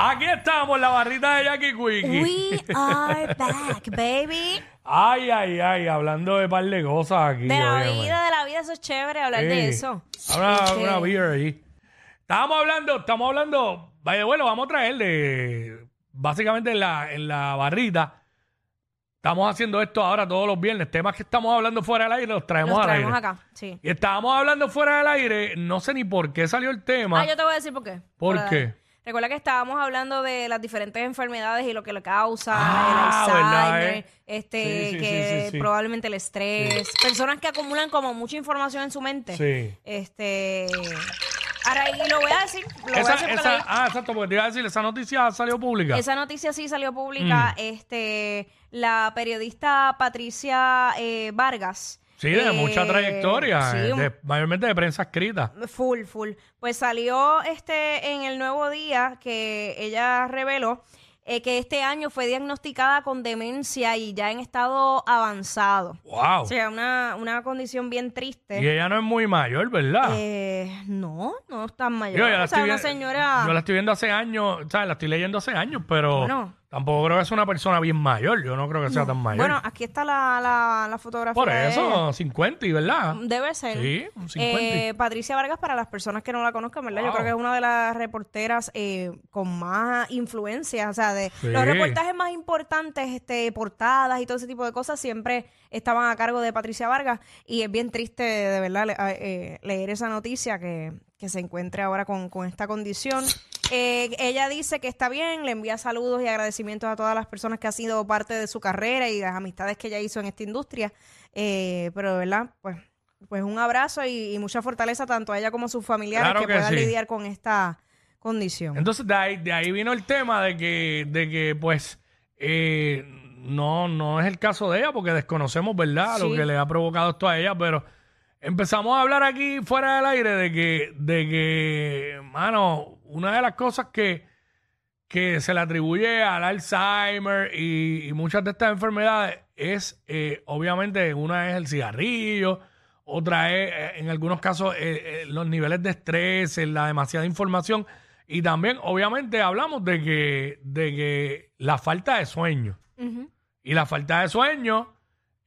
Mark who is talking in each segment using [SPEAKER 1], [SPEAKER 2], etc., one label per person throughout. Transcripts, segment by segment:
[SPEAKER 1] Aquí estamos, la barrita de Jackie Quickie.
[SPEAKER 2] We are back, baby.
[SPEAKER 1] Ay, ay, ay, hablando de par de cosas aquí.
[SPEAKER 2] De la
[SPEAKER 1] óyeme.
[SPEAKER 2] vida, de la vida, eso es chévere hablar de
[SPEAKER 1] Sí.
[SPEAKER 2] eso.
[SPEAKER 1] Una,
[SPEAKER 2] Ok.
[SPEAKER 1] una beer ahí. Estábamos hablando, estamos hablando, vaya, bueno, vamos a traer de, básicamente en la, en la barrita, estamos haciendo esto ahora todos los viernes, temas que estamos hablando fuera del aire, los traemos, al
[SPEAKER 2] Los traemos
[SPEAKER 1] aire.
[SPEAKER 2] acá, sí.
[SPEAKER 1] Y estábamos hablando fuera del aire, no sé ni por qué salió el tema.
[SPEAKER 2] Ah, yo te voy a decir por qué.
[SPEAKER 1] ¿Por
[SPEAKER 2] Ahora,
[SPEAKER 1] qué?
[SPEAKER 2] dale. Recuerda que estábamos hablando de las diferentes enfermedades y lo que lo causa,
[SPEAKER 1] Ah,
[SPEAKER 2] el
[SPEAKER 1] verdad,
[SPEAKER 2] Alzheimer,
[SPEAKER 1] ¿eh?
[SPEAKER 2] este,
[SPEAKER 1] Sí, sí,
[SPEAKER 2] que
[SPEAKER 1] sí, sí, sí.
[SPEAKER 2] probablemente el estrés, personas que acumulan como mucha información en su mente.
[SPEAKER 1] Sí.
[SPEAKER 2] Este, ahora, y lo voy a decir, lo voy a
[SPEAKER 1] Esa,
[SPEAKER 2] decir porque
[SPEAKER 1] esa-
[SPEAKER 2] la vi.
[SPEAKER 1] ah, exacto, porque te iba a decir, esa noticia salió pública.
[SPEAKER 2] Esa noticia sí salió pública.
[SPEAKER 1] Mm.
[SPEAKER 2] Este, la periodista Patricia eh, Vargas.
[SPEAKER 1] Sí, de
[SPEAKER 2] eh,
[SPEAKER 1] mucha trayectoria,
[SPEAKER 2] sí,
[SPEAKER 1] eh,
[SPEAKER 2] un-
[SPEAKER 1] de- mayormente de prensa escrita.
[SPEAKER 2] Full, full. Pues salió este en el nuevo día que ella reveló eh, que este año fue diagnosticada con demencia y ya en estado avanzado.
[SPEAKER 1] ¡Wow!
[SPEAKER 2] O sea, una, una condición bien
[SPEAKER 1] Y
[SPEAKER 2] triste.
[SPEAKER 1] ella no es muy mayor, ¿verdad?
[SPEAKER 2] Eh, no, no es tan mayor.
[SPEAKER 1] Digo, yo la
[SPEAKER 2] o sea,
[SPEAKER 1] estoy
[SPEAKER 2] una
[SPEAKER 1] vi-
[SPEAKER 2] señora.
[SPEAKER 1] Yo la estoy viendo hace años, o sea, la estoy leyendo hace años, pero
[SPEAKER 2] Bueno.
[SPEAKER 1] tampoco creo que sea una persona bien mayor. Yo no creo que sea tan mayor.
[SPEAKER 2] Bueno, aquí está la, la, la fotografía.
[SPEAKER 1] Por
[SPEAKER 2] de ella.
[SPEAKER 1] eso, 50 y verdad.
[SPEAKER 2] Debe ser.
[SPEAKER 1] Sí, un 50.
[SPEAKER 2] Eh, Patricia Vargas, para las personas que no la conozcan, ¿verdad? Yo
[SPEAKER 1] Wow.
[SPEAKER 2] creo que es una de las reporteras eh, con más influencia. O sea, de
[SPEAKER 1] Sí.
[SPEAKER 2] los reportajes más importantes, este, portadas y todo ese tipo de cosas, siempre estaban a cargo de Patricia Vargas. Y es bien triste, de verdad, le- a- eh, leer esa noticia que, que se encuentre ahora con, con esta condición. Eh, ella dice que está bien, le envía saludos y agradecimientos a todas las personas que han sido parte de su carrera y las amistades que ella hizo en esta industria. Eh, pero de verdad, pues, pues un abrazo y, y mucha fortaleza tanto a ella como a sus familiares
[SPEAKER 1] Claro
[SPEAKER 2] que,
[SPEAKER 1] que
[SPEAKER 2] puedan
[SPEAKER 1] sí.
[SPEAKER 2] lidiar con esta condición.
[SPEAKER 1] Entonces, de ahí, de ahí vino el tema de que, de que pues, eh, no, no es el caso de ella, porque desconocemos, ¿verdad?, lo
[SPEAKER 2] Sí.
[SPEAKER 1] que le ha provocado esto a ella, pero empezamos a hablar aquí fuera del aire de que, de que, mano, una de las cosas que, que se le atribuye al Alzheimer y, y muchas de estas enfermedades es, eh, obviamente, una es el cigarrillo, otra es, eh, en algunos casos, eh, eh, los niveles de estrés, eh, la demasiada información. Y también, obviamente, hablamos de que, de que la falta de sueño.
[SPEAKER 2] Ujú.
[SPEAKER 1] Y la falta de sueño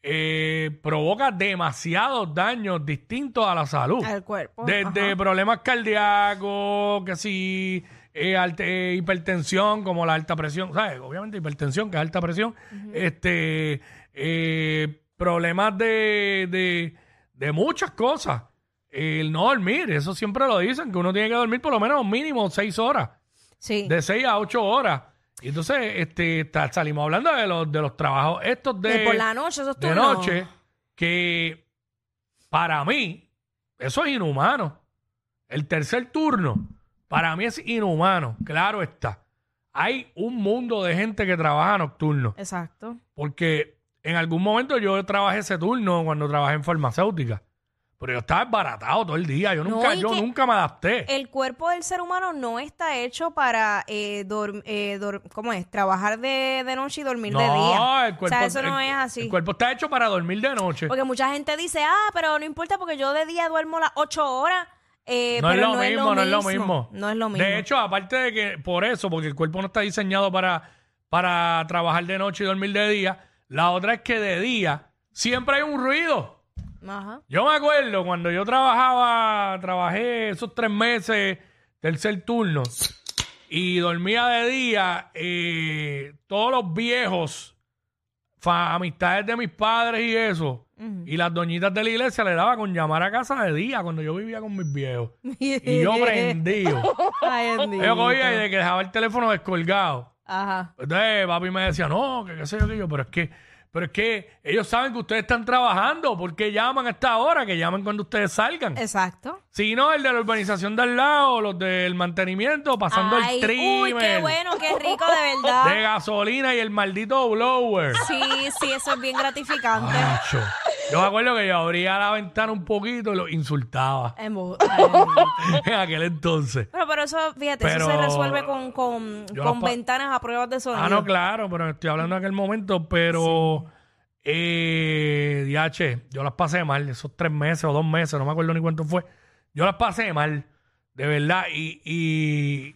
[SPEAKER 1] eh, provoca demasiados daños distintos a la salud.
[SPEAKER 2] Al cuerpo.
[SPEAKER 1] Desde
[SPEAKER 2] ajá.
[SPEAKER 1] problemas cardíacos, que si eh, alt- eh, hipertensión, como la alta presión, ¿sabes? Obviamente hipertensión, que es alta presión, este eh, problemas de, de, de muchas cosas. El no dormir, eso siempre lo dicen, que uno tiene que dormir por lo menos mínimo seis horas,
[SPEAKER 2] Sí.
[SPEAKER 1] de seis a ocho horas. Y entonces este, ta- salimos hablando de los, de los trabajos estos de,
[SPEAKER 2] De por la noche, eso es
[SPEAKER 1] de noche que para mí eso es inhumano. El tercer turno para mí es inhumano, claro está. Hay un mundo de gente que trabaja nocturno,
[SPEAKER 2] Exacto.
[SPEAKER 1] porque en algún momento yo trabajé ese turno cuando trabajé en farmacéutica, pero yo estaba embaratado todo el día, yo
[SPEAKER 2] No,
[SPEAKER 1] nunca,
[SPEAKER 2] y
[SPEAKER 1] yo
[SPEAKER 2] que-
[SPEAKER 1] nunca me adapté.
[SPEAKER 2] El cuerpo del ser humano no está hecho para, eh, dorm- eh, dor- ¿cómo es? Trabajar de, de noche y dormir de día.
[SPEAKER 1] el cuerpo,
[SPEAKER 2] o sea, eso no
[SPEAKER 1] el-
[SPEAKER 2] es así.
[SPEAKER 1] El cuerpo está hecho para dormir de noche.
[SPEAKER 2] Porque mucha gente dice, ah, pero no importa porque yo de día duermo las ocho horas. eh,
[SPEAKER 1] no es
[SPEAKER 2] pero
[SPEAKER 1] lo mismo, no es lo mismo.
[SPEAKER 2] No es lo mismo.
[SPEAKER 1] De hecho, aparte de que por eso, porque el cuerpo no está diseñado para, para trabajar de noche y dormir de día, la otra es que de día siempre hay un ruido.
[SPEAKER 2] Ajá.
[SPEAKER 1] Yo me acuerdo cuando yo trabajaba, trabajé esos tres meses, tercer turno, y dormía de día, eh, todos los viejos, fa- amistades de mis padres y eso,
[SPEAKER 2] Ujú.
[SPEAKER 1] y las doñitas de la iglesia le daba con llamar a casa de día cuando yo vivía con mis viejos. Y yo prendido.
[SPEAKER 2] Ay, bendito.
[SPEAKER 1] Yo cogía y de que dejaba el teléfono descolgado.
[SPEAKER 2] Ajá.
[SPEAKER 1] Pues, Entonces papi me decía, no, que qué sé yo, que yo, pero es que, Pero es que ellos saben que ustedes están trabajando. ¿Por qué llaman a esta hora? Que llaman cuando ustedes salgan.
[SPEAKER 2] Eh. Exacto.
[SPEAKER 1] Si no, el de la urbanización del lado, los del mantenimiento, pasando
[SPEAKER 2] Ay,
[SPEAKER 1] el trimmer
[SPEAKER 2] uy, qué bueno, qué rico, de verdad.
[SPEAKER 1] de gasolina y el maldito blower.
[SPEAKER 2] Sí, sí, eso es bien gratificante.
[SPEAKER 1] Macho. Yo me acuerdo que yo abría la ventana un poquito y los insultaba
[SPEAKER 2] Embu- Ay.
[SPEAKER 1] en aquel entonces.
[SPEAKER 2] Pero, pero eso, fíjate, eso se
[SPEAKER 1] Pero-
[SPEAKER 2] resuelve con, con,
[SPEAKER 1] Yo
[SPEAKER 2] con
[SPEAKER 1] los pa-
[SPEAKER 2] ventanas a pruebas de sonido.
[SPEAKER 1] Ah, no, claro, pero estoy hablando en aquel momento, pero... Eh, diache, yo las pasé mal, esos tres meses o dos meses, no me acuerdo ni cuánto fue. Yo las pasé mal, de verdad, y, y,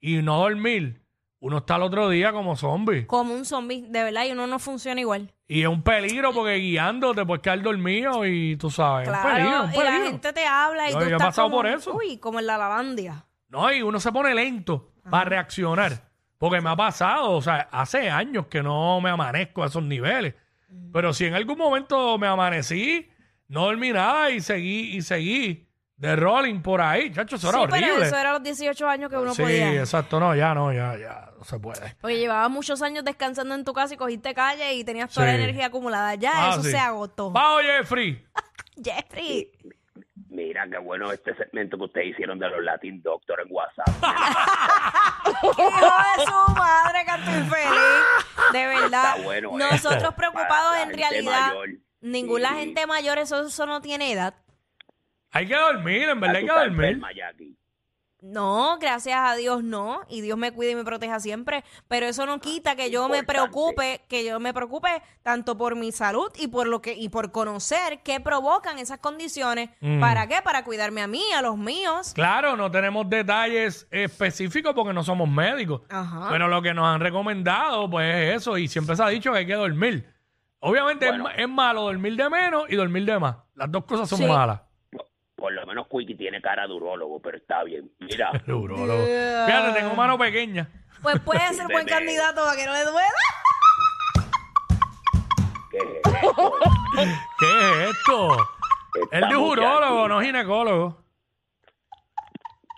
[SPEAKER 1] y no dormir. Uno está al otro día como zombie.
[SPEAKER 2] Como un zombie, de verdad, y uno no funciona igual.
[SPEAKER 1] Y es un peligro porque guiando te puedes quedar dormido y tú sabes,
[SPEAKER 2] Claro,
[SPEAKER 1] un peligro, un
[SPEAKER 2] y la
[SPEAKER 1] peligro.
[SPEAKER 2] gente te habla y
[SPEAKER 1] Yo-
[SPEAKER 2] tú
[SPEAKER 1] yo he
[SPEAKER 2] estás
[SPEAKER 1] pasado
[SPEAKER 2] como,
[SPEAKER 1] por eso.
[SPEAKER 2] Uy, como en la lavandia.
[SPEAKER 1] No, y uno se pone lento para reaccionar. Porque me ha pasado, o sea, hace años que no me amanezco a esos niveles. Pero si en algún momento me amanecí, no dormí nada y seguí y seguí de rolling por ahí. Chacho, eso era
[SPEAKER 2] sí, pero
[SPEAKER 1] horrible.
[SPEAKER 2] eso era a los 18 años que uno
[SPEAKER 1] sí,
[SPEAKER 2] podía.
[SPEAKER 1] exacto, no, ya no, ya, ya, no se puede.
[SPEAKER 2] Porque llevabas muchos años descansando en tu casa y cogiste calle y tenías toda la
[SPEAKER 1] Sí.
[SPEAKER 2] energía acumulada. Ya
[SPEAKER 1] Ah,
[SPEAKER 2] eso
[SPEAKER 1] sí.
[SPEAKER 2] se agotó.
[SPEAKER 1] Vamos, Jeffrey.
[SPEAKER 2] Jeffrey.
[SPEAKER 3] Mira, qué bueno este segmento que ustedes hicieron de los Latin Doctor en WhatsApp.
[SPEAKER 2] ¡Qué hijo de su madre, canto infeliz! De verdad.
[SPEAKER 3] Ah, Está bueno eso.
[SPEAKER 2] Nosotros preocupados
[SPEAKER 3] Para la
[SPEAKER 2] en
[SPEAKER 3] gente
[SPEAKER 2] realidad.
[SPEAKER 3] mayor.
[SPEAKER 2] Ninguna
[SPEAKER 3] Sí.
[SPEAKER 2] gente mayor, eso, eso no tiene edad.
[SPEAKER 1] Hay que dormir, en verdad hay que
[SPEAKER 3] Está
[SPEAKER 1] dormir.
[SPEAKER 3] enferma, Jackie.
[SPEAKER 2] No, gracias a Dios no, y Dios me cuida y me proteja siempre, pero eso no quita que yo me
[SPEAKER 3] Ah, Importante.
[SPEAKER 2] preocupe, que yo me preocupe tanto por mi salud y por lo que y por conocer qué provocan esas condiciones,
[SPEAKER 1] Mm.
[SPEAKER 2] ¿para qué? Para cuidarme a mí, a los míos.
[SPEAKER 1] Claro, no tenemos detalles específicos porque no somos médicos.
[SPEAKER 2] Ajá.
[SPEAKER 1] Pero lo que nos han recomendado, pues es eso. Y siempre se ha dicho que hay que dormir. Obviamente es
[SPEAKER 3] Bueno.
[SPEAKER 1] ma- es, malo dormir de menos y dormir de más. Las dos cosas son
[SPEAKER 2] Sí.
[SPEAKER 1] malas.
[SPEAKER 3] Por- Por lo menos Quickie tiene cara de urólogo, pero está bien. Mira,
[SPEAKER 1] Duro, duro. Fíjate, tengo mano pequeña.
[SPEAKER 2] Pues puede ser buen
[SPEAKER 3] Bebé.
[SPEAKER 2] candidato para que no le duela.
[SPEAKER 3] ¿qué es esto?
[SPEAKER 1] ¿Qué es esto?
[SPEAKER 3] Esta
[SPEAKER 1] Él es urólogo,
[SPEAKER 3] muchacha-
[SPEAKER 1] no ginecólogo.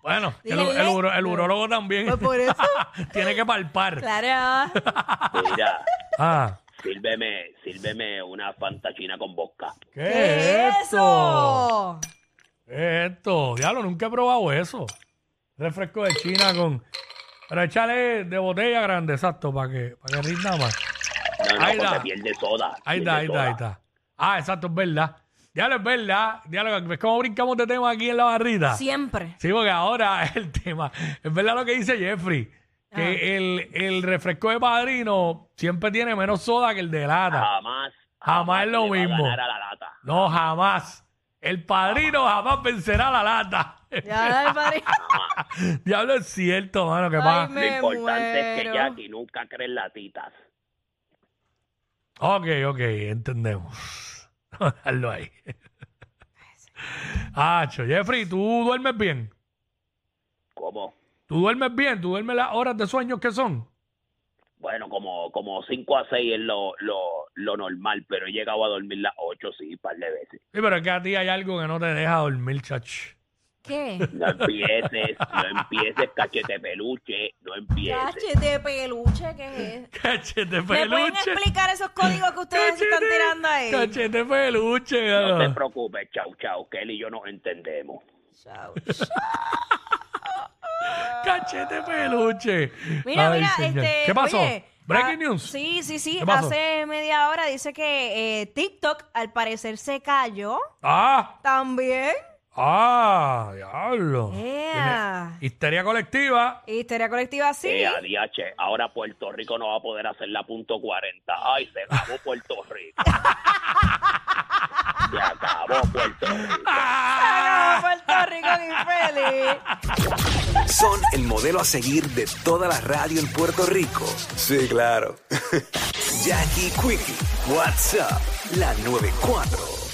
[SPEAKER 1] Bueno, el,
[SPEAKER 2] Dígale.
[SPEAKER 1] el uro- el urólogo también.
[SPEAKER 2] Pues por eso.
[SPEAKER 1] Tiene que palpar.
[SPEAKER 2] Claro.
[SPEAKER 3] Mira,
[SPEAKER 1] Ah,
[SPEAKER 3] sírveme, sírveme una fantachina con vodka.
[SPEAKER 1] ¿qué,
[SPEAKER 2] ¿Qué
[SPEAKER 1] es
[SPEAKER 2] es
[SPEAKER 1] esto?
[SPEAKER 2] eso?
[SPEAKER 1] ¿Qué es esto? Diablo, nunca he probado eso. Refresco de China con... Pero échale de botella grande, exacto, para que, para que rinda más.
[SPEAKER 3] No, no,
[SPEAKER 1] Ahí
[SPEAKER 3] porque
[SPEAKER 1] da.
[SPEAKER 3] pierde soda.
[SPEAKER 1] Ahí
[SPEAKER 3] pierde
[SPEAKER 1] está, ahí está,
[SPEAKER 3] soda.
[SPEAKER 1] ahí está. Ah, exacto, es verdad. Diablo, es verdad. Diablo, ¿ves cómo brincamos de tema aquí en la barrita?
[SPEAKER 2] Siempre.
[SPEAKER 1] Sí, porque ahora es el tema. Es verdad lo que dice Jeffrey.
[SPEAKER 2] Ah.
[SPEAKER 1] Que el, el refresco de padrino siempre tiene menos soda que el de lata.
[SPEAKER 3] Jamás.
[SPEAKER 1] Jamás es lo
[SPEAKER 3] le va a
[SPEAKER 1] mismo.
[SPEAKER 3] ganar a la lata.
[SPEAKER 1] No, jamás. El padrino jamás vencerá la lata.
[SPEAKER 2] Ya, dale, padre.
[SPEAKER 1] Diablo, es cierto, mano, que
[SPEAKER 2] Ay,
[SPEAKER 1] pasa.
[SPEAKER 3] Lo
[SPEAKER 2] Me
[SPEAKER 3] importante es que
[SPEAKER 2] muero.
[SPEAKER 3] Jackie nunca cree en latitas.
[SPEAKER 1] Ok, ok, entendemos. Vamos a Dejarlo ahí. Hacho, Jeffrey, ¿tú duermes bien?
[SPEAKER 3] ¿Cómo?
[SPEAKER 1] ¿Tú duermes bien? ¿Tú duermes las horas de sueño que son?
[SPEAKER 3] Bueno, como, como 5 a 6 es lo, lo, lo normal, pero he llegado a dormir las 8, sí, un par de veces.
[SPEAKER 1] Sí, pero es que a ti hay algo que no te deja dormir, chach.
[SPEAKER 2] ¿Qué?
[SPEAKER 3] No empieces, no empieces, cachete peluche, no empieces.
[SPEAKER 2] Cachete peluche, ¿qué es?
[SPEAKER 1] Cachete
[SPEAKER 2] ¿Me pueden
[SPEAKER 1] peluche.
[SPEAKER 2] explicar esos códigos que ustedes se están
[SPEAKER 1] Cachete-
[SPEAKER 2] tirando ahí?
[SPEAKER 1] Cachete peluche.
[SPEAKER 3] No te
[SPEAKER 1] mano.
[SPEAKER 3] preocupes, chau, chau, que él y yo nos entendemos.
[SPEAKER 2] Chao.
[SPEAKER 1] Cachete peluche.
[SPEAKER 2] Mira,
[SPEAKER 1] Ay,
[SPEAKER 2] mira,
[SPEAKER 1] señor.
[SPEAKER 2] este.
[SPEAKER 1] ¿Qué pasó?
[SPEAKER 2] oye,
[SPEAKER 1] Breaking
[SPEAKER 2] ah,
[SPEAKER 1] news.
[SPEAKER 2] Sí, sí, sí.
[SPEAKER 1] ¿Qué pasó?
[SPEAKER 2] Hace media hora dice que eh, TikTok al parecer se cayó
[SPEAKER 1] Ah,
[SPEAKER 2] también.
[SPEAKER 1] ah, diablo.
[SPEAKER 2] Ea.
[SPEAKER 1] Tiene Histeria colectiva.
[SPEAKER 2] Histeria colectiva sí.
[SPEAKER 3] Eh, ADH, ahora Puerto Rico no va a poder hacer la punto 40. Ay, se acabó Puerto Rico. Se acabó Puerto Rico.
[SPEAKER 2] Ah, Puerto Rico, qué infeliz.
[SPEAKER 4] Son el modelo a seguir de toda la radio en Puerto Rico. Sí, claro. Jackie Quickie, WhatsApp, la 94.